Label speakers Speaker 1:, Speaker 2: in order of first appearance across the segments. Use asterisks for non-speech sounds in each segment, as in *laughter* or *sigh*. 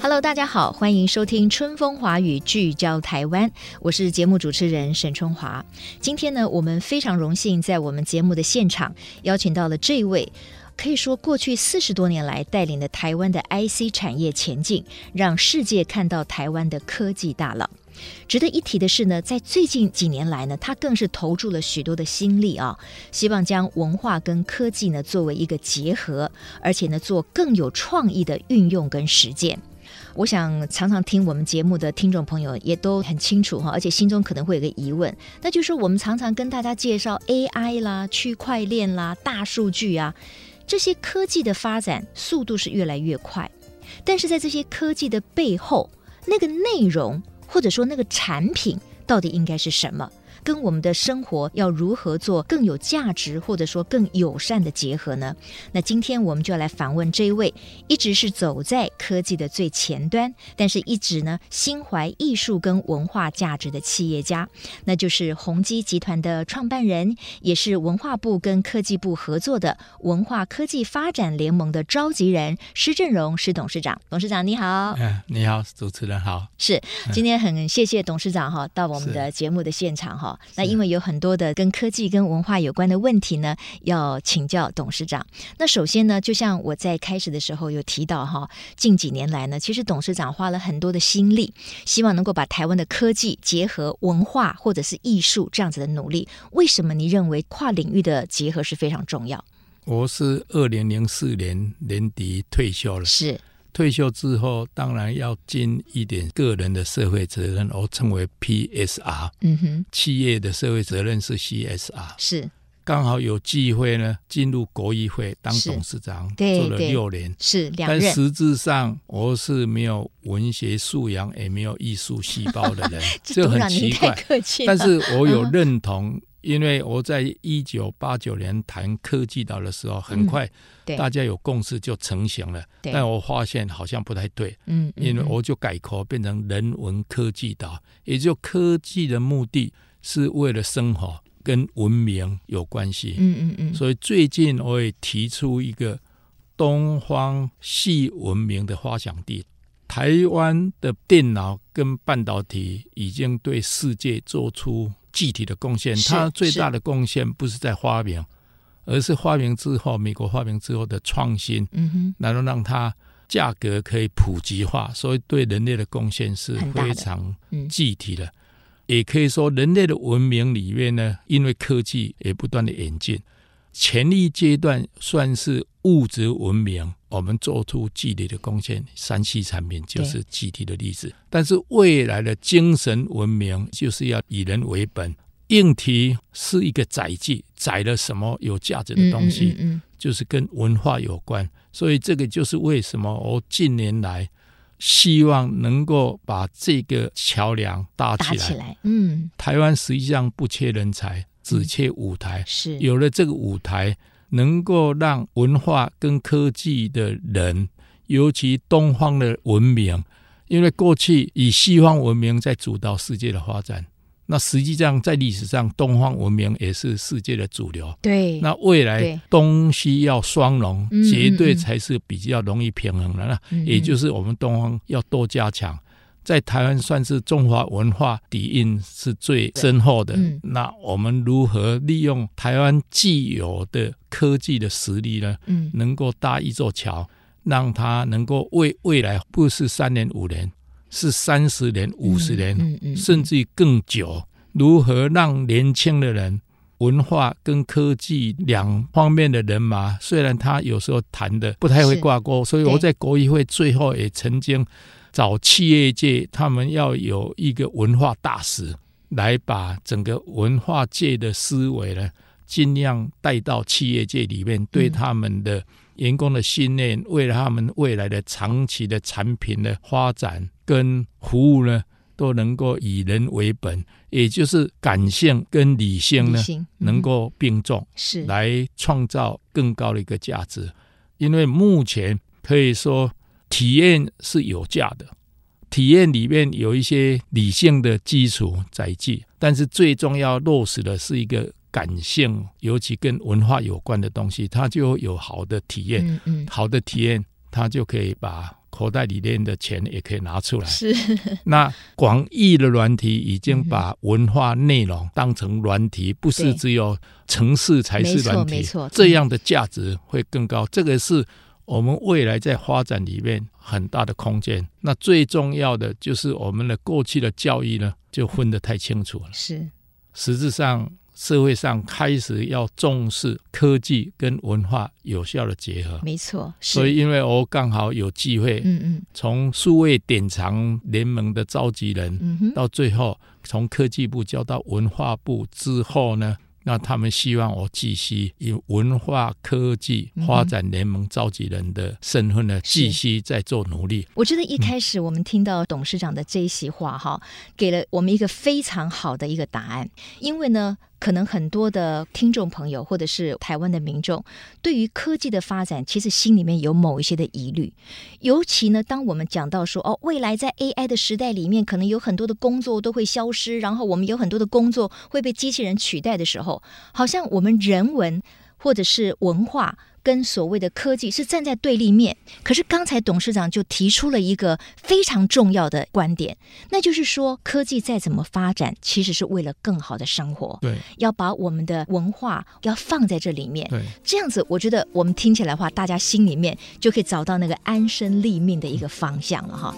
Speaker 1: Hello，大家好，欢迎收听《春风华语》，聚焦台湾，我是节目主持人沈春华。今天呢，我们非常荣幸在我们节目的现场邀请到了这位。可以说，过去四十多年来带领的台湾的 IC 产业前进，让世界看到台湾的科技大佬。值得一提的是呢，在最近几年来呢，他更是投注了许多的心力啊，希望将文化跟科技呢作为一个结合，而且呢做更有创意的运用跟实践。我想常常听我们节目的听众朋友也都很清楚哈，而且心中可能会有个疑问，那就是我们常常跟大家介绍 AI 啦、区块链啦、大数据啊，这些科技的发展速度是越来越快，但是在这些科技的背后，那个内容或者说那个产品到底应该是什么？跟我们的生活要如何做更有价值，或者说更友善的结合呢？那今天我们就要来访问这一位，一直是走在科技的最前端，但是一直呢心怀艺术跟文化价值的企业家，那就是宏基集团的创办人，也是文化部跟科技部合作的文化科技发展联盟的召集人施正荣施董事长。董事长你好，
Speaker 2: 嗯，你好，主持人好。
Speaker 1: 是，
Speaker 2: 嗯
Speaker 1: 今天很谢谢董事长哈，到我们的节目的现场哈。那因为有很多的跟科技、跟文化有关的问题呢，要请教董事长。那首先呢，就像我在开始的时候有提到哈，近几年来呢，其实董事长花了很多的心力，希望能够把台湾的科技结合文化或者是艺术这样子的努力。为什么你认为跨领域的结合是非常重要？
Speaker 2: 我是二零零四年年底退休了，
Speaker 1: 是
Speaker 2: 退休之后当然要尽一点个人的社会责任，我称为 PSR。
Speaker 1: 嗯哼，
Speaker 2: 企业的社会责任是 CSR。
Speaker 1: 是
Speaker 2: 刚好有机会呢，进入国议会当
Speaker 1: 是
Speaker 2: 董事长，
Speaker 1: 对
Speaker 2: 做了
Speaker 1: 对
Speaker 2: 六年。
Speaker 1: 是两
Speaker 2: 但
Speaker 1: 任，
Speaker 2: 实质上，我是没有文学素养，也没有艺术细胞的人
Speaker 1: *laughs* 这
Speaker 2: 这
Speaker 1: 董事
Speaker 2: 很
Speaker 1: 长您
Speaker 2: 奇
Speaker 1: 太
Speaker 2: 怪。
Speaker 1: 客 *laughs* 气了，
Speaker 2: 但是我有认同，因为我在一九八九年谈科技岛的时候，很快
Speaker 1: 嗯对
Speaker 2: 大家有共识就成型了。
Speaker 1: 对
Speaker 2: 但我发现好像不太对，
Speaker 1: 嗯，嗯
Speaker 2: 因为
Speaker 1: 嗯
Speaker 2: 我就改口变成人文科技岛，也就科技的目的是为了生活跟文明有关系。
Speaker 1: 嗯嗯嗯，
Speaker 2: 所以最近我也提出一个东方系文明的发祥地。台湾的电脑跟半导体已经对世界做出具体的贡献。
Speaker 1: 是
Speaker 2: 它最大的贡献不是在发明，而是发明之后，美国发明之后的创新，
Speaker 1: 嗯哼，
Speaker 2: 然后让它价格可以普及化，所以对人类的贡献是
Speaker 1: 很大的
Speaker 2: 非常
Speaker 1: 嗯
Speaker 2: 具体的。也可以说，人类的文明里面呢，因为科技也不断的演进，前一阶段算是物质文明，我们做出具体的贡献，三 C 产品就是具体的例子。但是未来的精神文明就是要以人为本，硬题是一个载具，载了什么有价值的东
Speaker 1: 嗯
Speaker 2: 西，
Speaker 1: 嗯嗯嗯
Speaker 2: 就是跟文化有关，所以这个就是为什么我近年来希望能够把这个桥梁搭
Speaker 1: 打
Speaker 2: 起来。
Speaker 1: 起来，嗯，
Speaker 2: 台湾实际上不缺人才，只缺舞台。
Speaker 1: 是
Speaker 2: 有了这个舞台，能够让文化跟科技的人，尤其东方的文明，因为过去以西方文明在主导世界的发展，那实际上在历史上，东方文明也是世界的主流。
Speaker 1: 对，
Speaker 2: 那未
Speaker 1: 对
Speaker 2: 来东西要双融
Speaker 1: 嗯，
Speaker 2: 绝对
Speaker 1: 嗯嗯
Speaker 2: 才是比较容易平衡的。那
Speaker 1: 嗯
Speaker 2: 也
Speaker 1: 嗯
Speaker 2: 就是我们东方要多加强，在台湾算是中华文化底蕴是最深厚的
Speaker 1: 嗯。
Speaker 2: 那我们如何利用台湾既有的科技的实力呢？
Speaker 1: 嗯
Speaker 2: 能够搭一座桥，让它能够为未来不是三年五年，是三十年五十年，
Speaker 1: 嗯嗯嗯
Speaker 2: 甚至于更久。如何让年轻的人、文化跟科技两方面的人马，虽然他有时候谈的不太会
Speaker 1: 是
Speaker 2: 挂钩，所以我
Speaker 1: 对
Speaker 2: 在国议会最后也曾经找企业界，他们要有一个文化大使来把整个文化界的思维呢，尽量带到企业界
Speaker 1: 嗯
Speaker 2: 里面，对他们的员工的信念，为了他们未来的长期的产品的发展跟服务呢，都能够以人为本，也就是感性跟理性呢
Speaker 1: 理性嗯
Speaker 2: 能够并重，
Speaker 1: 是
Speaker 2: 来创造更高的一个价值。因为目前可以说体验是有价的，体验里面有一些理性的基础载具，但是最重要落实的是一个感性，尤其跟文化有关的东西，它就有好的体验。
Speaker 1: 嗯嗯
Speaker 2: 好的体验，他就可以把口袋里面的钱也可以拿出来。
Speaker 1: 是 *laughs*
Speaker 2: 那广义的软体已经
Speaker 1: 嗯
Speaker 2: 把文化内容当成软体，不是只有城市才是软体，
Speaker 1: 没错没错嗯
Speaker 2: 这样的价值会更高。这个是我们未来在发展里面很大的空间。那最重要的就是我们的过去的教育呢，就分得太清楚了。
Speaker 1: 是
Speaker 2: 实质上社会上开始要重视科技跟文化有效的结合。
Speaker 1: 没错，是
Speaker 2: 所以，因为我刚好有机会
Speaker 1: 嗯嗯
Speaker 2: 从数位典藏联盟的召集人，
Speaker 1: 嗯哼
Speaker 2: 到最后从科技部交到文化部之后呢，那他们希望我继续以文化科技发展联盟召集人的身份呢，
Speaker 1: 是
Speaker 2: 继续在做努力。
Speaker 1: 我觉得一开始我们听到董事长的这一席话哈，给了我们一个非常好的一个答案。因为呢，可能很多的听众朋友或者是台湾的民众，对于科技的发展，其实心里面有某一些的疑虑。尤其呢，当我们讲到说哦，未来在 AI 的时代里面，可能有很多的工作都会消失，然后我们有很多的工作会被机器人取代的时候，好像我们人文或者是文化跟所谓的科技是站在对立面。可是刚才董事长就提出了一个非常重要的观点，那就是说，科技再怎么发展，其实是为了更好的生活，
Speaker 2: 对
Speaker 1: 要把我们的文化要放在这里面。
Speaker 2: 对，
Speaker 1: 这样子，我觉得我们听起来的话，大家心里面就可以找到那个安身立命的一个方向了哈。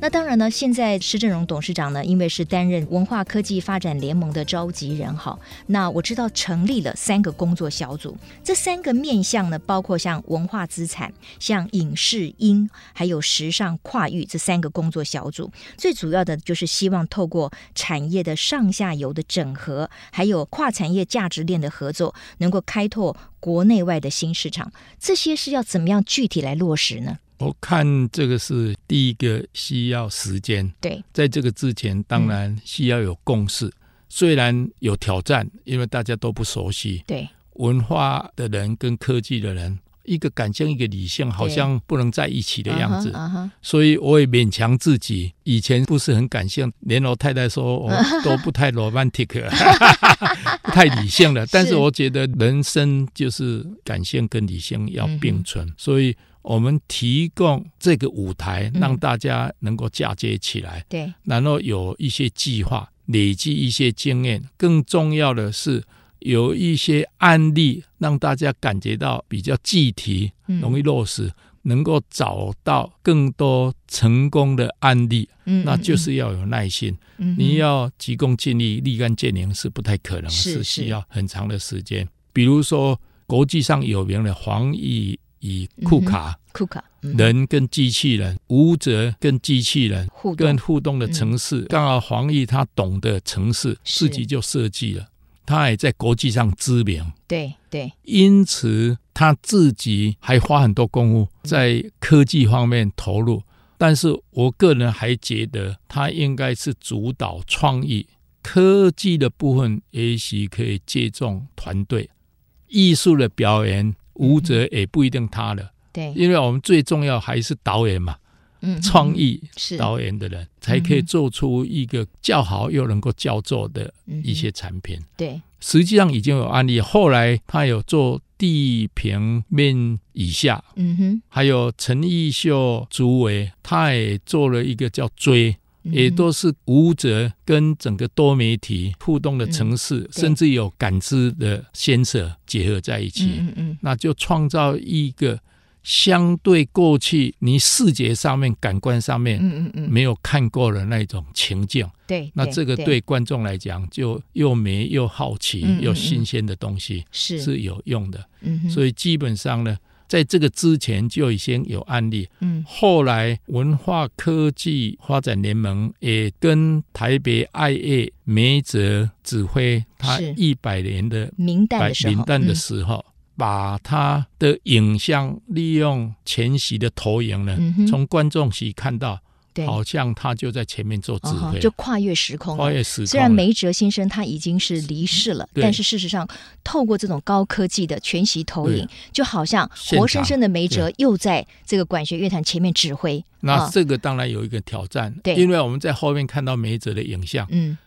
Speaker 1: 那当然呢，现在施正荣董事长呢，因为是担任文化科技发展联盟的召集人哈，那我知道成立了三个工作小组，这三个面向呢，包括像文化资产、像影视音，还有时尚跨域这三个工作小组。最主要的就是希望透过产业的上下游的整合，还有跨产业价值链的合作，能够开拓国内外的新市场。这些是要怎么样具体来落实呢？
Speaker 2: 我看这个是第一个需要时间，
Speaker 1: 对，
Speaker 2: 在这个之前，当然需要有共识。虽然有挑战，因为大家都不熟悉，
Speaker 1: 对，
Speaker 2: 文化的人跟科技的人，一个感性一个理性，好像不能在一起的样子。
Speaker 1: 啊哈，
Speaker 2: 所以我也勉强自己，以前不是很感性，连我太太说我都不太 romantic，不太理性了。但是我觉得人生就是感性跟理性要并存，所以我们提供这个舞台，
Speaker 1: 嗯
Speaker 2: 让大家能够嫁接起来。
Speaker 1: 对，
Speaker 2: 然后有一些计划，累积一些经验。更重要的是，有一些案例让大家感觉到比较具体，
Speaker 1: 嗯
Speaker 2: 容易落实，能够找到更多成功的案例。
Speaker 1: 嗯
Speaker 2: 那就是要有耐心，
Speaker 1: 嗯
Speaker 2: 你要急功近利、立竿见影是不太可能，
Speaker 1: 是是
Speaker 2: 需要很长的时间。比如说，国际上有名的黄奕与库卡。
Speaker 1: 库克嗯
Speaker 2: 人跟机器人，舞者跟机器人，
Speaker 1: 互动，
Speaker 2: 跟
Speaker 1: 嗯
Speaker 2: 互动的城市，刚好黄奕他懂得城市，
Speaker 1: 是
Speaker 2: 自己就设计了，他也在国际上知名，
Speaker 1: 对对，
Speaker 2: 因此他自己还花很多功夫
Speaker 1: 嗯
Speaker 2: 在科技方面投入。但是我个人还觉得他应该是主导创意科技的部分，也许可以借重团队艺术的表演，舞者
Speaker 1: 嗯
Speaker 2: 也不一定他的，
Speaker 1: 对，
Speaker 2: 因为我们最重要还是导演嘛，
Speaker 1: 嗯
Speaker 2: 创意
Speaker 1: 是
Speaker 2: 导演的人，才可以做出一个较好又能够叫做的一些产品。
Speaker 1: 嗯对，
Speaker 2: 实际上已经有案例，后来他有做地平面以下，
Speaker 1: 嗯哼，
Speaker 2: 还有陈奕秀、朱伟，他也做了一个叫追。
Speaker 1: 嗯
Speaker 2: 也都是舞者跟整个多媒体互动的城市，
Speaker 1: 嗯
Speaker 2: 甚至有感知的先设结合在一起。
Speaker 1: 嗯嗯
Speaker 2: 那就创造一个相对过去你视觉上面、感官上面
Speaker 1: 嗯嗯嗯，
Speaker 2: 没有看过的那种情境。
Speaker 1: 对，
Speaker 2: 那这个对观众来讲，就又美又好奇
Speaker 1: 嗯嗯
Speaker 2: 又新鲜的东西
Speaker 1: 是
Speaker 2: 是有用的。
Speaker 1: 嗯哼，
Speaker 2: 所
Speaker 1: 以
Speaker 2: 以基本上呢，在这个之前就已经有案例。
Speaker 1: 嗯
Speaker 2: 后来文化科技发展联盟也跟台北爱乐梅泽指挥他
Speaker 1: 是
Speaker 2: 一百年的
Speaker 1: 明代
Speaker 2: 百
Speaker 1: 的时候，嗯
Speaker 2: 零蛋的时候，把它的影像利用前席的投影呢，
Speaker 1: 嗯哼
Speaker 2: 从观众席看到，
Speaker 1: 对，
Speaker 2: 好像他就在前面做指
Speaker 1: 哦好
Speaker 2: 挥，
Speaker 1: 就跨越时空了。
Speaker 2: 跨越时空了。
Speaker 1: 虽然梅哲先生他已经是离世了，
Speaker 2: 对
Speaker 1: 但是事实上，透过这种高科技的全息投影
Speaker 2: 对，
Speaker 1: 就好像活生生的梅哲又在这个管弦乐团前面指挥。
Speaker 2: 那
Speaker 1: 啊
Speaker 2: 这个当然有一个挑战，
Speaker 1: 对
Speaker 2: 因为我们在后面看到梅泽的影像，
Speaker 1: 嗯，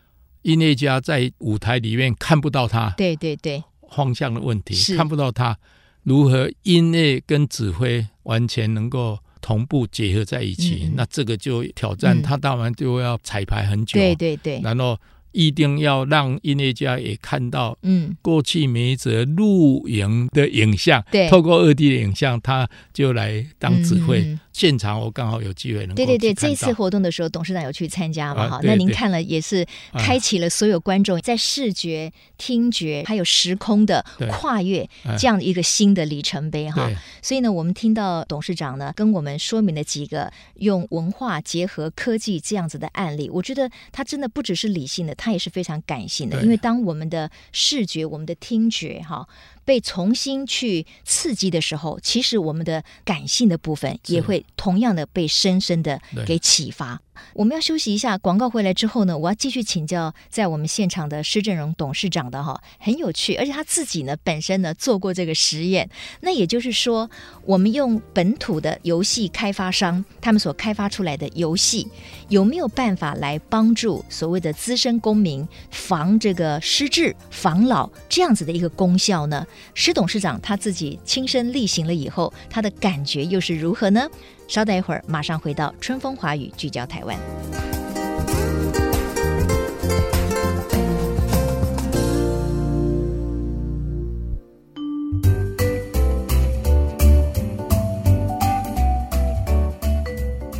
Speaker 2: 音乐家在舞台里面看不到他
Speaker 1: 对对对，
Speaker 2: 方向的问题，
Speaker 1: 是
Speaker 2: 看不到他如何音乐跟指挥完全能够同步结合在一起，
Speaker 1: 嗯嗯
Speaker 2: 那这个就挑战，
Speaker 1: 嗯
Speaker 2: 他当然就要彩排很久，
Speaker 1: 对对对，
Speaker 2: 然后一定要让音乐家也看到
Speaker 1: 嗯，
Speaker 2: 过去梅泽露营的影像，
Speaker 1: 对
Speaker 2: 透过二 D 的影像，他就来当指挥。
Speaker 1: 嗯嗯嗯
Speaker 2: 现场我刚好有机会能够
Speaker 1: 对对对，
Speaker 2: 去看
Speaker 1: 这次
Speaker 2: 到
Speaker 1: 活动的时候，董事长有去参加嘛？
Speaker 2: 啊
Speaker 1: 哈、
Speaker 2: 对
Speaker 1: 那您
Speaker 2: 对
Speaker 1: 看了也是
Speaker 2: 啊
Speaker 1: 开启了所有观众在视觉、听觉还有时空的
Speaker 2: 对
Speaker 1: 跨越
Speaker 2: 哎
Speaker 1: 这样的一个新的里程碑哈。
Speaker 2: 对
Speaker 1: 所以呢，我们听到董事长呢跟我们说明了几个用文化结合科技这样子的案例，我觉得他真的不只是理性的，他也是非常感性的。
Speaker 2: 对
Speaker 1: 因为当我们的视觉、我们的听觉哈被重新去刺激的时候，其实我们的感性的部分也会同样的被深深的
Speaker 2: 对
Speaker 1: 给启发。我们要休息一下，广告回来之后呢，我要继续请教在我们现场的施正荣董事长的哈，很有趣，而且他自己呢本身呢做过这个实验。那也就是说，我们用本土的游戏开发商他们所开发出来的游戏，有没有办法来帮助所谓的资深公民防这个失智、防老这样子的一个功效呢？施董事长他自己亲身力行了以后，他的感觉又是如何呢？稍待一会儿，马上回到春风华语聚焦台湾。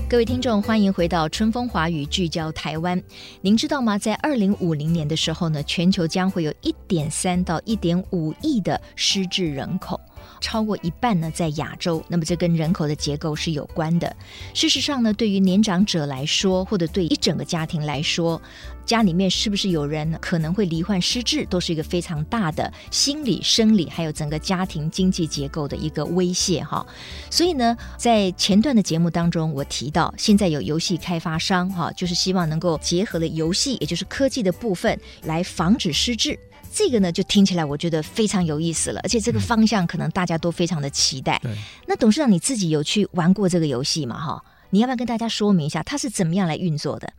Speaker 1: 各位听众，欢迎回到春风华语聚焦台湾。您知道吗？在二零五零年的时候呢，全球将会有一点三到一点五亿的失智人口，超过一半呢在亚洲。那么这跟人口的结构是有关的。事实上呢，对于年长者来说，或者对一整个家庭来说，家里面是不是有人可能会罹患失智，都是一个非常大的心理、生理，还有整个家庭经济结构的一个威胁哈。所以呢，在前段的节目当中，我提到现在有游戏开发商哈、就是希望能够结合了游戏，也就是科技的部分，来防止失智。这个呢，就听起来我觉得非常有意思了，而且这个方向可能大家都非常的期待。
Speaker 2: 对。
Speaker 1: 那董事长你自己有去玩过这个游戏吗？哈，你要不要跟大家说明一下它是怎么样来运作的？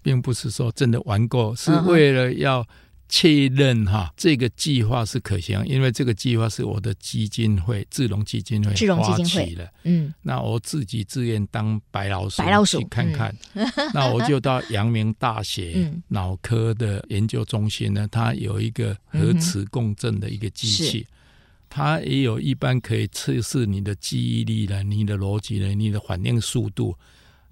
Speaker 2: 并不是说真的玩过，是
Speaker 1: 嗯哼
Speaker 2: 为了要确认哈这个计划是可行，因为这个计划是我的基金会智荣基金会
Speaker 1: 智荣基金会
Speaker 2: 发起的。
Speaker 1: 嗯，
Speaker 2: 那我自己自愿当白老鼠，
Speaker 1: 白老鼠
Speaker 2: 去看看。 *laughs* 那我就到阳明大学
Speaker 1: 嗯
Speaker 2: 脑科的研究中心呢，它有一个核磁共振的一个机器，它也有一般可以测试你的记忆力了、你的逻辑了、你的反应速度，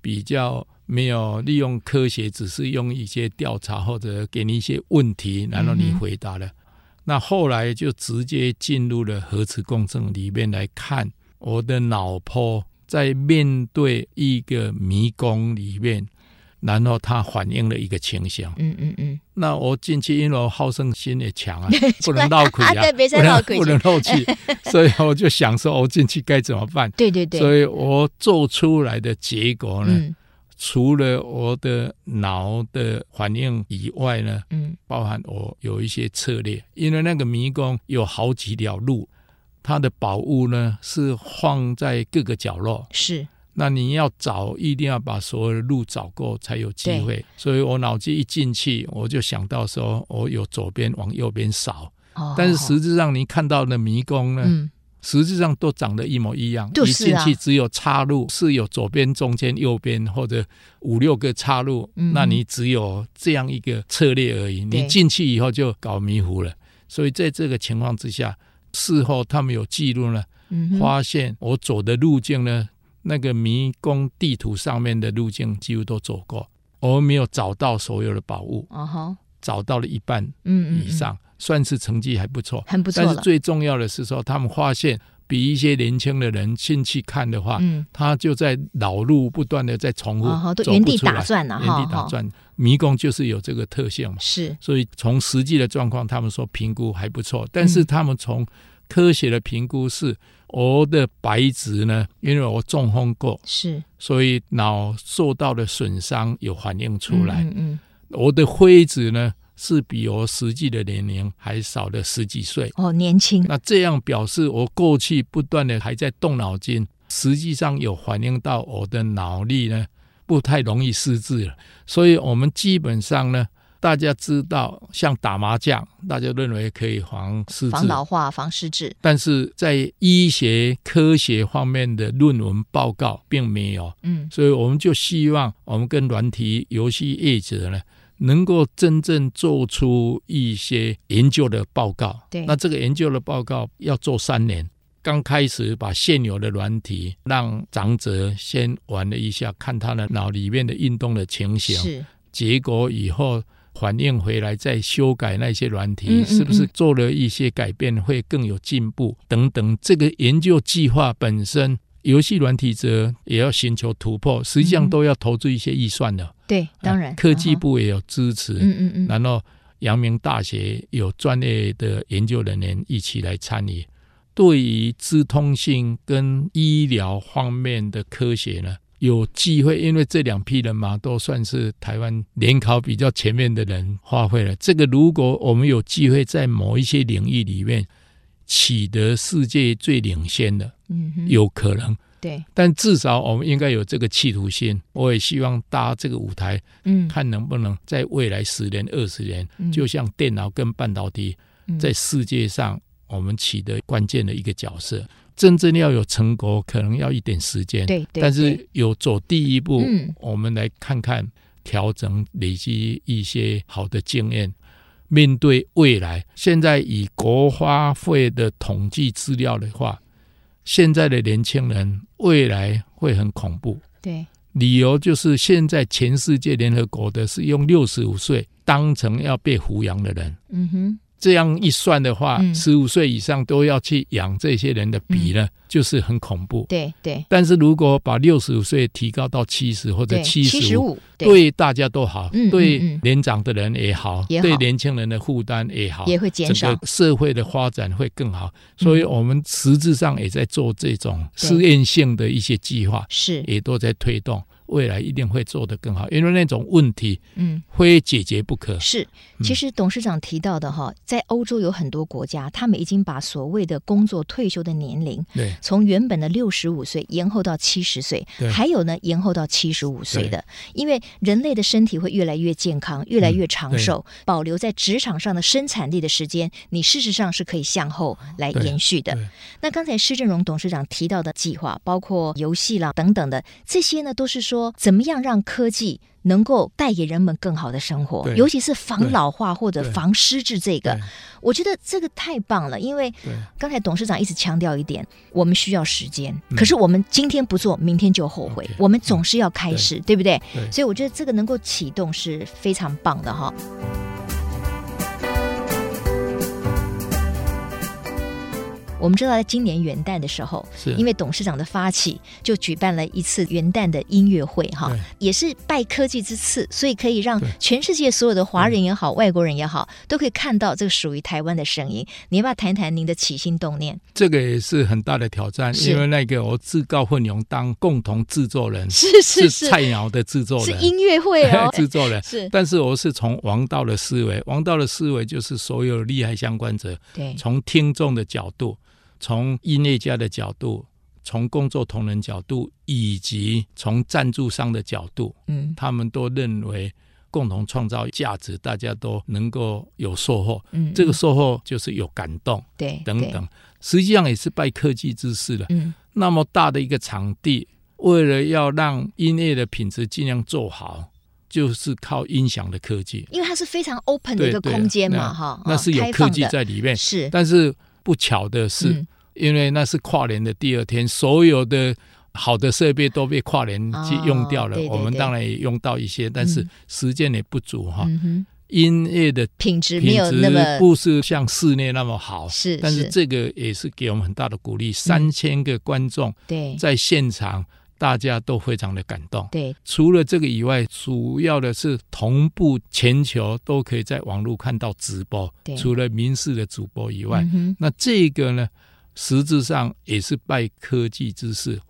Speaker 2: 比较。没有利用科学，只是用一些调查或者给你一些问题，然后你
Speaker 1: 嗯哼
Speaker 2: 回答了。那后来就直接进入了核磁共振里面来看我的脑波在面对一个迷宫里面，然后它反映了一个情形。
Speaker 1: 嗯嗯嗯，
Speaker 2: 那我进去，因为我好胜心也
Speaker 1: *laughs*
Speaker 2: 强啊，不能绕开啊，
Speaker 1: 对别再
Speaker 2: 不能
Speaker 1: 绕开
Speaker 2: 不能漏气，所以我就想说，我进去该怎么办？
Speaker 1: 对对对，
Speaker 2: 所以我做出来的结果呢，
Speaker 1: 嗯
Speaker 2: 除了我的脑的反应以外呢，
Speaker 1: 嗯
Speaker 2: 包含我有一些策略，因为那个迷宫有好几条路，它的宝物呢是放在各个角落，
Speaker 1: 是，
Speaker 2: 那你要找一定要把所有的路找过才有机会。所以我脑筋一进去，我就想到说我有左边往右边扫，
Speaker 1: 哦，
Speaker 2: 但是实质上你看到的迷宫呢，
Speaker 1: 嗯
Speaker 2: 实质上都长得一模一样，
Speaker 1: 就是啊
Speaker 2: 一进去只有岔路，是有左边、中间、右边或者五六个岔路，
Speaker 1: 嗯
Speaker 2: 那你只有这样一个策略而已。
Speaker 1: 对
Speaker 2: 你进去以后就搞迷糊了，所以在这个情况之下，事后他们有记录呢，
Speaker 1: 嗯哼
Speaker 2: 发现我走的路径呢，那个迷宫地图上面的路径几乎都走过，而没有找到所有的宝物，
Speaker 1: 哦哈，
Speaker 2: 找到了一半
Speaker 1: 嗯嗯嗯
Speaker 2: 以上，算是成绩还不错。
Speaker 1: 很不错
Speaker 2: 但是
Speaker 1: 了，
Speaker 2: 最重要的是说，他们发现比一些年轻的人进去看的话，
Speaker 1: 嗯，
Speaker 2: 他就在老路不断的在重复，
Speaker 1: 哦哈，都
Speaker 2: 走
Speaker 1: 原
Speaker 2: 不
Speaker 1: 地
Speaker 2: 出来
Speaker 1: 打，转了
Speaker 2: 原
Speaker 1: 哈，
Speaker 2: 地打
Speaker 1: 哈
Speaker 2: 转。迷宫就是有这个特性嘛，
Speaker 1: 是嗯
Speaker 2: 所以从实际的状况，他们说评估还不错，但是他们从科学的评估是我的白质呢，因为我中风过，
Speaker 1: 是
Speaker 2: 所以脑受到的损伤有反映出来。
Speaker 1: 嗯嗯
Speaker 2: 我的灰质呢是比我实际的年龄还少了十几岁。
Speaker 1: 嗯，哦，年轻，
Speaker 2: 那这样表示我过去不断的还在动脑筋，实际上有反映到我的脑力呢，不太容易失智了。所以我们基本上呢，大家知道像打麻将，大家认为可以防失智
Speaker 1: 防，老化、防失智，
Speaker 2: 但是在医学科学方面的论文报告并没有，
Speaker 1: 嗯
Speaker 2: 所以我们就希望我们跟软体游戏业者呢，能够真正做出一些研究的报告。
Speaker 1: 对
Speaker 2: 那这个研究的报告要做三年。刚开始把现有的软体让长者先玩了一下，看他的脑里面的运动的情形，
Speaker 1: 是
Speaker 2: 结果以后反应回来再修改那些软体，
Speaker 1: 嗯嗯
Speaker 2: 是不是
Speaker 1: 嗯
Speaker 2: 做了一些改变会更有进步等等。这个研究计划本身，游戏软体者也要寻求突破，实
Speaker 1: 嗯
Speaker 2: 际上
Speaker 1: 哼
Speaker 2: 都要投资一些预算的。
Speaker 1: 对，当然、
Speaker 2: 啊科技
Speaker 1: 嗯哼，
Speaker 2: 部也有支持，
Speaker 1: 嗯嗯嗯，
Speaker 2: 然后阳明大学有专业的研究人员一起来参与。对于资通性跟医疗方面的科学呢，有机会，因为这两批人嘛，都算是台湾联考比较前面的人发挥了。这个如果我们有机会在某一些领域里面取得世界最领先的，
Speaker 1: 嗯哼，
Speaker 2: 有可能。
Speaker 1: 对，
Speaker 2: 但至少我们应该有这个企图心。我也希望搭这个舞台，
Speaker 1: 嗯，
Speaker 2: 看能不能在未来十年、二十年，
Speaker 1: 嗯
Speaker 2: 就像电脑跟半导体
Speaker 1: 嗯
Speaker 2: 在世界上我们起的关键的一个角色。真正要有成果，可能要一点时间，
Speaker 1: 对对，
Speaker 2: 但
Speaker 1: 对
Speaker 2: 是有走第一步，
Speaker 1: 嗯
Speaker 2: 我们来看看调整、累积一些好的经验。面对未来，现在以国发会的统计资料的话，现在的年轻人未来会很恐怖。
Speaker 1: 对，
Speaker 2: 理由就是现在全世界联合国的是用六十五岁当成要被抚养的人，
Speaker 1: 嗯哼，
Speaker 2: 这样一算的话
Speaker 1: 嗯，
Speaker 2: 十五岁以上都要去养这些人的比呢，就是很恐怖。
Speaker 1: 对对
Speaker 2: 但是如果把六十五岁提高到七十或者
Speaker 1: 对，
Speaker 2: 七
Speaker 1: 十
Speaker 2: 十五，
Speaker 1: 五，
Speaker 2: 对大家都好，
Speaker 1: 嗯
Speaker 2: 对
Speaker 1: 嗯嗯
Speaker 2: 年长的人也好，
Speaker 1: 也好
Speaker 2: 对年轻人的负担也好，
Speaker 1: 也会减少嗯
Speaker 2: 整个社会的发展会更好。所以我们实质上也在做这种试验性的一些计划，
Speaker 1: 是，
Speaker 2: 也都在推动，未来一定会做得更好，因为那种问题
Speaker 1: 嗯。
Speaker 2: 非解决不可。
Speaker 1: 是，
Speaker 2: 嗯
Speaker 1: 其实董事长提到的哈，在欧洲有很多国家，他们已经把所谓的工作退休的年龄，
Speaker 2: 对
Speaker 1: 从原本的六十五岁延后到七十岁
Speaker 2: 对，
Speaker 1: 还有呢延后到七十五岁的，因为人类的身体会越来越健康，越来
Speaker 2: 嗯
Speaker 1: 越长寿，保留在职场上的生产力的时间，你事实上是可以向后来
Speaker 2: 对
Speaker 1: 延续的
Speaker 2: 对。
Speaker 1: 那刚才施正荣董事长提到的计划，包括游戏啦等等的，这些呢都是说怎么样让科技。能够带给人们更好的生活，
Speaker 2: 对
Speaker 1: 尤其是防
Speaker 2: 对
Speaker 1: 老化或者
Speaker 2: 对
Speaker 1: 防失智这个
Speaker 2: 对，
Speaker 1: 我觉得这个太棒了，因为
Speaker 2: 对
Speaker 1: 刚才董事长一直强调一点，我们需要时间，
Speaker 2: 嗯
Speaker 1: 可是我们今天不做，明天就后悔
Speaker 2: OK，。嗯
Speaker 1: 我们总是要开始，对不对？
Speaker 2: 对
Speaker 1: 所以我觉得这个能够启动是非常棒的哈。我们知道，在今年元旦的时候，
Speaker 2: 是
Speaker 1: 因为董事长的发起，就举办了一次元旦的音乐会哈
Speaker 2: 对，
Speaker 1: 也是拜科技之赐，所以可以让
Speaker 2: 对嗯
Speaker 1: 全世界所有的华人也好，外国人也好，都可以看到这个属于台湾的声音。你要不要谈谈您的起心动念？
Speaker 2: 这个也是很大的挑战，
Speaker 1: 是
Speaker 2: 因为那个我自告奋勇当共同制作
Speaker 1: *laughs*
Speaker 2: 人，
Speaker 1: 是是
Speaker 2: 是
Speaker 1: 是，
Speaker 2: 菜鸟的制作
Speaker 1: 是
Speaker 2: 人，
Speaker 1: 音乐会哦，
Speaker 2: *laughs* 制作人。
Speaker 1: 是，
Speaker 2: 但是我是从王道的思维，王道的思维就是所有利害相关者，
Speaker 1: 对，
Speaker 2: 从听众的角度，从音乐家的角度，从工作同仁角度，以及从赞助商的角度，
Speaker 1: 嗯
Speaker 2: 他们都认为共同创造价值，大家都能够有收获。
Speaker 1: 嗯，
Speaker 2: 这个收获就是有感动
Speaker 1: 对
Speaker 2: 等，
Speaker 1: 对
Speaker 2: 等，实际上也是拜科技之赐了。
Speaker 1: 嗯
Speaker 2: 那么大的一个场地，为了要让音乐的品质尽量做好，就是靠音响的科技。
Speaker 1: 因为它是非常 open 的
Speaker 2: 对
Speaker 1: 一个
Speaker 2: 对啊
Speaker 1: 空间嘛，
Speaker 2: 那
Speaker 1: 哈，
Speaker 2: 那
Speaker 1: 哦
Speaker 2: 是有
Speaker 1: 开
Speaker 2: 科
Speaker 1: 放
Speaker 2: 技
Speaker 1: 的，
Speaker 2: 在里面。
Speaker 1: 是
Speaker 2: 但是不巧的是，
Speaker 1: 嗯
Speaker 2: 因为那是跨年的第二天，所有的好的设备都被跨年去用掉了。
Speaker 1: 哦对对
Speaker 2: 我们
Speaker 1: 对
Speaker 2: 当然也用到一些，但是时间也不足哈。
Speaker 1: 嗯哼，
Speaker 2: 音乐的
Speaker 1: 品质没
Speaker 2: 啊品
Speaker 1: 有那
Speaker 2: 质
Speaker 1: 么
Speaker 2: 不是像室内那么好，
Speaker 1: 是
Speaker 2: 但是
Speaker 1: 是
Speaker 2: 这个也是给我们很大的鼓励。三千个观众
Speaker 1: 对，
Speaker 2: 在现场大家都非常的感动。
Speaker 1: 对，
Speaker 2: 除了这个以外，主要的是同步全球都可以在网络看到直播
Speaker 1: 对，
Speaker 2: 除了民事的主播以外，
Speaker 1: 嗯哼，
Speaker 2: 那这个呢，实质上也是拜科技之赐，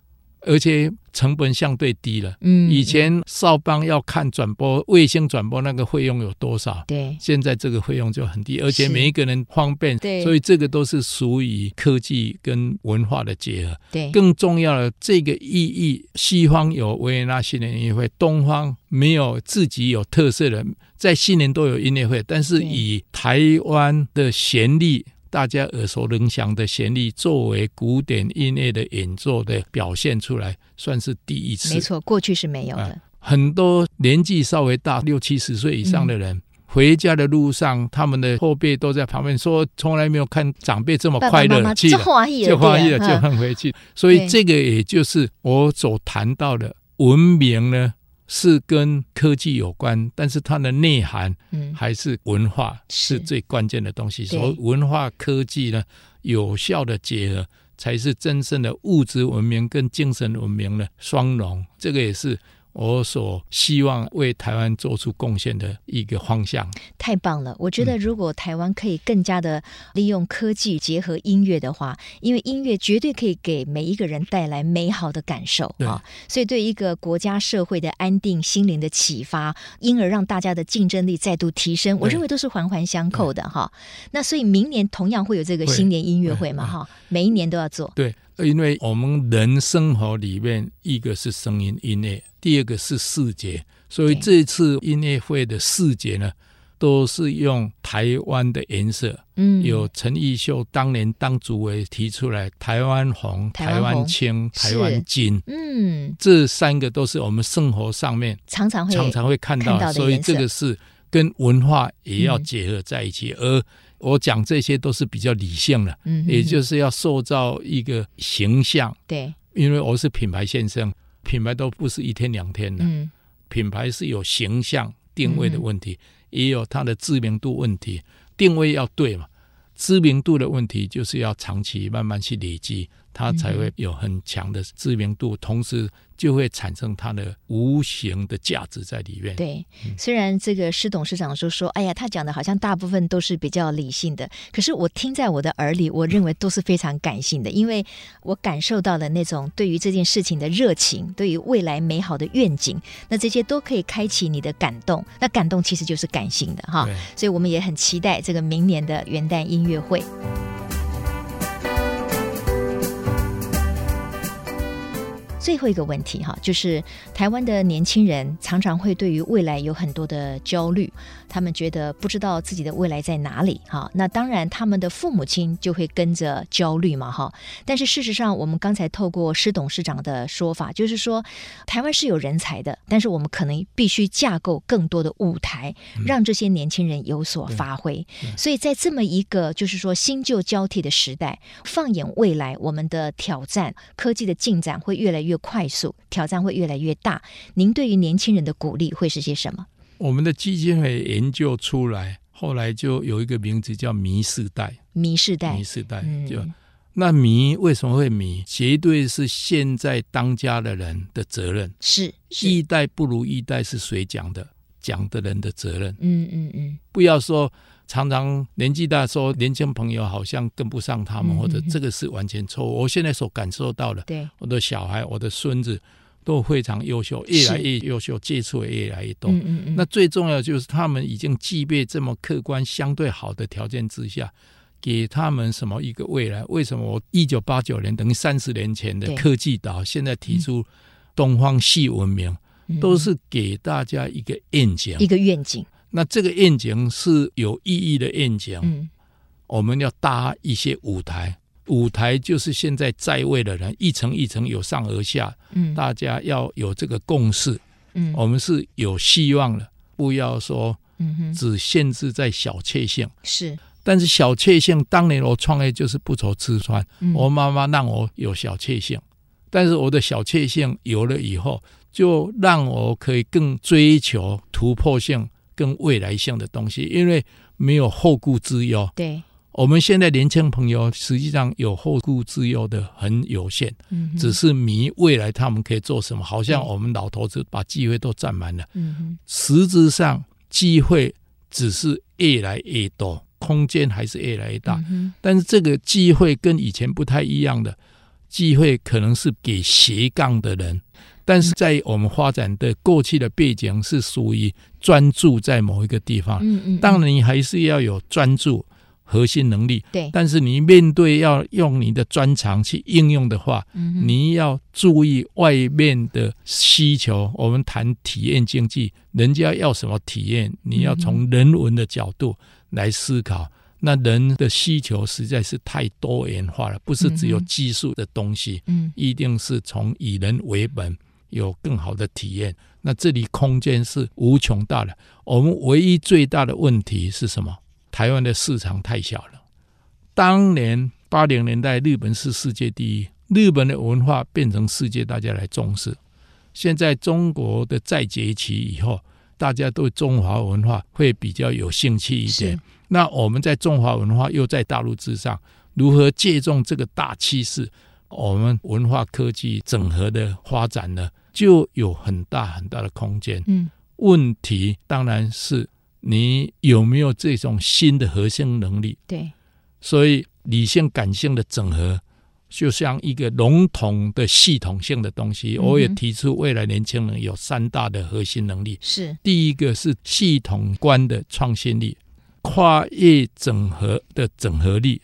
Speaker 2: 而且成本相对低了。
Speaker 1: 嗯，
Speaker 2: 以前少邦要看转播，卫星转播那个费用有多少？
Speaker 1: 对，
Speaker 2: 现在这个费用就很低，而且
Speaker 1: 是
Speaker 2: 每一个人方便，
Speaker 1: 对
Speaker 2: 所以这个都是属于科技跟文化的结合。
Speaker 1: 对，
Speaker 2: 更重要的，这个意义，西方有维也纳新年音乐会，东方没有自己有特色的，在新年都有音乐会，但是
Speaker 1: 对
Speaker 2: 以台湾的旋律。大家耳熟能详的旋律作为古典音乐的演奏的表现出来，算是哎第一次。
Speaker 1: 没错，过去是没有的，
Speaker 2: 很多年纪稍微大六七十岁以上的
Speaker 1: 嗯
Speaker 2: 人。回家的路上，他们的后辈都在旁边说：“从来没有看长辈这么
Speaker 1: 爸
Speaker 2: 快
Speaker 1: 爸
Speaker 2: 乐
Speaker 1: 妈妈
Speaker 2: 去
Speaker 1: 就
Speaker 2: 了，
Speaker 1: 欢喜
Speaker 2: 就欢喜了，
Speaker 1: 对
Speaker 2: 就
Speaker 1: 啊
Speaker 2: 放回去。”所以
Speaker 1: 对
Speaker 2: 这个也就是我所谈到的文明呢，是跟科技有关，但是它的内涵
Speaker 1: 嗯，
Speaker 2: 还是文化
Speaker 1: 是
Speaker 2: 是最关键的东西。
Speaker 1: 对
Speaker 2: 所以文化科技呢，有效的结合，才是真正的物质文明跟精神文明的双融。这个也是我所希望为台湾做出贡献的一个方向。
Speaker 1: 太棒了！我觉
Speaker 2: 嗯
Speaker 1: 得如果台湾可以更加的利用科技结合音乐的话，因为音乐绝对可以给每一个人带来美好的感受
Speaker 2: 对
Speaker 1: 啊，所以对一个国家社会的安定、心灵的启发，因而让大家的竞争力再度提升，我认为都是环环相扣的哈。那所以明年同样会有这个
Speaker 2: 对
Speaker 1: 新年音乐会嘛
Speaker 2: 对
Speaker 1: 哈，每一年都要做。
Speaker 2: 对，因为我们人生活里面，一个是声音音乐，第二个是视觉，所以这次音乐会的视觉呢，都是用台湾的颜色。
Speaker 1: 嗯，
Speaker 2: 有陈奕秀当年当主委提出来台湾红、
Speaker 1: 台湾
Speaker 2: 台湾
Speaker 1: 红
Speaker 2: 青、
Speaker 1: 是
Speaker 2: 台湾金，
Speaker 1: 嗯，
Speaker 2: 这三个都是我们生活上面
Speaker 1: 常常会
Speaker 2: 常常会看到，
Speaker 1: 看到的
Speaker 2: 所以
Speaker 1: 颜色嗯
Speaker 2: 这个是跟文化也要结合在一起。而我讲这些都是比较理性的，
Speaker 1: 嗯哼哼
Speaker 2: 也就是要塑造一个形象，
Speaker 1: 对，
Speaker 2: 因为我是品牌先生，品牌都不是一天两天的，
Speaker 1: 嗯
Speaker 2: 品牌是有形象定位的问题，也有它的知名度问题，定位要对嘛。知名度的问题就是要长期慢慢去累积，它才会有很强的知名度，同时就会产生它的无形的价值在里面。
Speaker 1: 对，虽然这个施董事长就说，哎呀，他讲的好像大部分都是比较理性的，可是我听在我的耳里，我认为都是非常感性的，因为我感受到了那种对于这件事情的热情，对于未来美好的愿景，那这些都可以开启你的感动，那感动其实就是感性的哈
Speaker 2: 对，
Speaker 1: 所以我们也很期待这个明年的元旦音乐会。最后一个问题哈，就是台湾的年轻人常常会对于未来有很多的焦虑，他们觉得不知道自己的未来在哪里哈。那当然，他们的父母亲就会跟着焦虑嘛哈。但是事实上，我们刚才透过施董事长的说法，就是说台湾是有人才的，但是我们可能必须架构更多的舞台，
Speaker 2: 嗯
Speaker 1: 让这些年轻人有所发挥。所以在这么一个就是说新旧交替的时代，放眼未来，我们的挑战、科技的进展会越来越快速，挑战会越来越大。您对于年轻人的鼓励会是些什么？
Speaker 2: 我们的基金会研究出来，后来就有一个名字叫“迷世代
Speaker 1: 迷世”，代
Speaker 2: 迷，世代
Speaker 1: 嗯
Speaker 2: 就。那迷为什么会迷？绝对是现在当家的人的责任。
Speaker 1: 是是，
Speaker 2: 一代不如一代是谁讲的？讲的人的责任，
Speaker 1: 嗯嗯嗯，
Speaker 2: 不要说常常年纪大说年轻朋友好像跟不上他们，
Speaker 1: 嗯
Speaker 2: 或者
Speaker 1: 嗯嗯
Speaker 2: 这个是完全错误。我现在所感受到的，
Speaker 1: 对，
Speaker 2: 我的小孩、我的孙子都非常优秀，越来越优秀，接触也越来越多。
Speaker 1: 嗯嗯嗯，
Speaker 2: 那最重要就是他们已经具备这么客观相对好的条件之下，给他们什么一个未来？为什么我一九八九年等于三十年前的
Speaker 1: 对
Speaker 2: 科技岛现在提出东方系文明，都
Speaker 1: 嗯
Speaker 2: 是给大家一个愿景
Speaker 1: 一。个愿景，
Speaker 2: 那这个愿景是有意义的愿景，
Speaker 1: 嗯
Speaker 2: 我们要搭一些舞台。舞台就是现在在位的人一层一层由上而下，
Speaker 1: 嗯
Speaker 2: 大家要有这个共识，
Speaker 1: 嗯
Speaker 2: 我们是有希望的，不要说
Speaker 1: 嗯哼，
Speaker 2: 只限制在小确幸。
Speaker 1: 是，
Speaker 2: 但是小确幸，当年我创业就是不愁吃穿，
Speaker 1: 嗯
Speaker 2: 我妈妈让我有小确幸，但是我的小确幸有了以后，就让我可以更追求突破性、更未来性的东西，因为没有后顾之忧。
Speaker 1: 对
Speaker 2: 我们现在年轻朋友实际上有后顾之忧的很有限，
Speaker 1: 嗯哼
Speaker 2: 只是迷未来他们可以做什么。好像
Speaker 1: 对
Speaker 2: 我们老头子把机会都占满了，
Speaker 1: 嗯哼
Speaker 2: 实质上机会只是越来越多，空间还是越来越大。
Speaker 1: 嗯哼
Speaker 2: 但是这个机会跟以前不太一样的，机会可能是给斜杠的人，但是在我们发展的过去的背景是属于专注在某一个地方，
Speaker 1: 嗯嗯，
Speaker 2: 当然你还是要有专注核心能力，
Speaker 1: 对，
Speaker 2: 但是你面对要用你的专长去应用的话，
Speaker 1: 嗯哼
Speaker 2: 你要注意外面的需求。我们谈体验经济，人家要什么体验，你要从人文的角度来思考。那人的需求实在是太多元化了，不是只
Speaker 1: 嗯
Speaker 2: 有
Speaker 1: 哼
Speaker 2: 技术的东西，
Speaker 1: 嗯
Speaker 2: 一定是从以人为本，有更好的体验。那这里空间是无穷大的。我们唯一最大的问题是什么？台湾的市场太小了。当年八零年代，日本是世界第一，日本的文化变成世界大家来重视。现在中国的再崛起以后，大家对中华文化会比较有兴趣一点
Speaker 1: 是。
Speaker 2: 那我们在中华文化又在大陆之上，如何借重这个大趋势，我们文化科技整合的发展呢，就有很大很大的空间。
Speaker 1: 嗯
Speaker 2: 问题当然是你有没有这种新的核心能力。
Speaker 1: 对，
Speaker 2: 所以理性感性的整合，就像一个笼统的系统性的东西。
Speaker 1: 嗯哼
Speaker 2: 我也提出，未来年轻人有三大的核心能力：
Speaker 1: 是
Speaker 2: 第一个是系统观的创新力，跨越整合的整合力，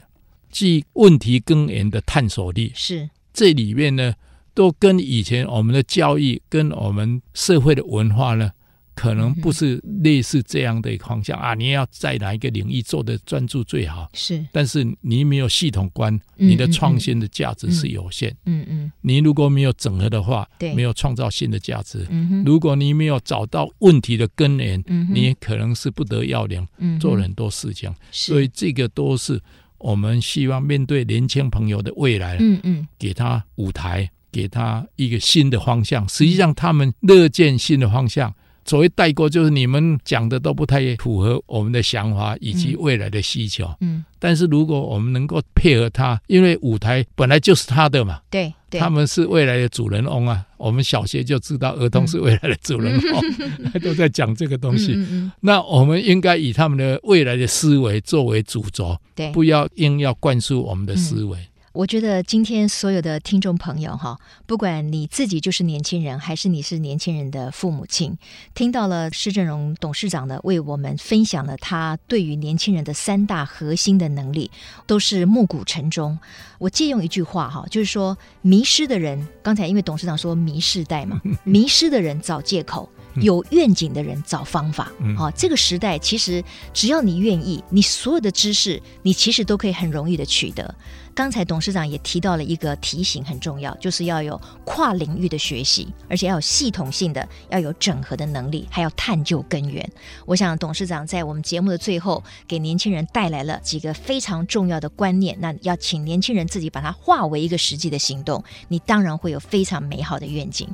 Speaker 2: 即问题根源的探索力。
Speaker 1: 是，
Speaker 2: 这里面呢，都跟以前我们的教育跟我们社会的文化呢，可能不是类似这样的方向
Speaker 1: 嗯
Speaker 2: 啊。你要在哪一个领域做的专注最好？
Speaker 1: 是，
Speaker 2: 但是你没有系统观，
Speaker 1: 嗯
Speaker 2: 你的创新的价值是有限。
Speaker 1: 嗯嗯
Speaker 2: 你如果没有整合的话，
Speaker 1: 对
Speaker 2: 没有创造新的价值。
Speaker 1: 嗯哼，
Speaker 2: 如果你没有找到问题的根源，
Speaker 1: 嗯哼
Speaker 2: 你也可能是不得要领，
Speaker 1: 嗯哼
Speaker 2: 做了很多事情。
Speaker 1: 是
Speaker 2: 所以这个都是我们希望面对年轻朋友的未来，
Speaker 1: 嗯嗯
Speaker 2: 给他舞台，给他一个新的方向。实际上，他们乐见新的方向。所谓代沟，就是你们讲的都不太符合我们的想法以及
Speaker 1: 嗯
Speaker 2: 未来的需求。
Speaker 1: 嗯，
Speaker 2: 但是如果我们能够配合他，因为舞台本来就是他的嘛，
Speaker 1: 对对，
Speaker 2: 他们是未来的主人翁啊。我们小学就知道儿童是未来的主人翁， *laughs* 都在讲这个东西。
Speaker 1: 嗯嗯嗯
Speaker 2: 那我们应该以他们的未来的思维作为主轴，
Speaker 1: 对，
Speaker 2: 不要硬要灌输我们的思维。
Speaker 1: 我觉得今天所有的听众朋友哈，不管你自己就是年轻人，还是你是年轻人的父母亲，听到了施正荣董事长呢为我们分享了他对于年轻人的三大核心的能力，都是暮鼓晨钟。我借用一句话哈，就是说迷失的人，刚才因为董事长说迷世代嘛，迷失的人找借口。有愿景的人找方法，
Speaker 2: 嗯
Speaker 1: 好、这个时代其实只要你愿意，你所有的知识你其实都可以很容易的取得。刚才董事长也提到了一个提醒很重要，就是要有跨领域的学习，而且要有系统性的，要有整合的能力，还要探究根源。我想董事长在我们节目的最后给年轻人带来了几个非常重要的观念，那要请年轻人自己把它化为一个实际的行动，你当然会有非常美好的愿景。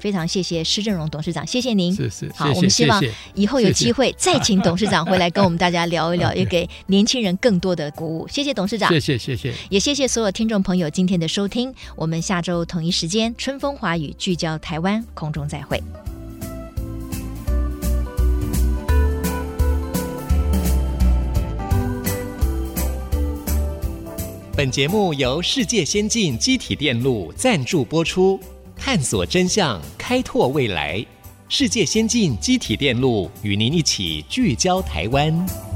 Speaker 1: 非常谢谢施正荣董事长，谢谢您。
Speaker 2: 是是，
Speaker 1: 好
Speaker 2: 谢
Speaker 1: 我们
Speaker 2: 谢
Speaker 1: 希望
Speaker 2: 谢谢。
Speaker 1: 以后有
Speaker 2: 谢谢
Speaker 1: 机会再请董事长回来跟我们大家聊一
Speaker 2: *laughs*
Speaker 1: 聊，也给年轻人更多的鼓舞。谢谢董事长，
Speaker 2: 谢谢谢谢。
Speaker 1: 也谢谢所有听众朋友今天的收听，我们下周同一时间春风华语聚焦台湾空中再会。
Speaker 3: 本节目由世界先进机体电路赞助播出，探索真相，开拓未来。世界先进机体电路与您一起聚焦台湾。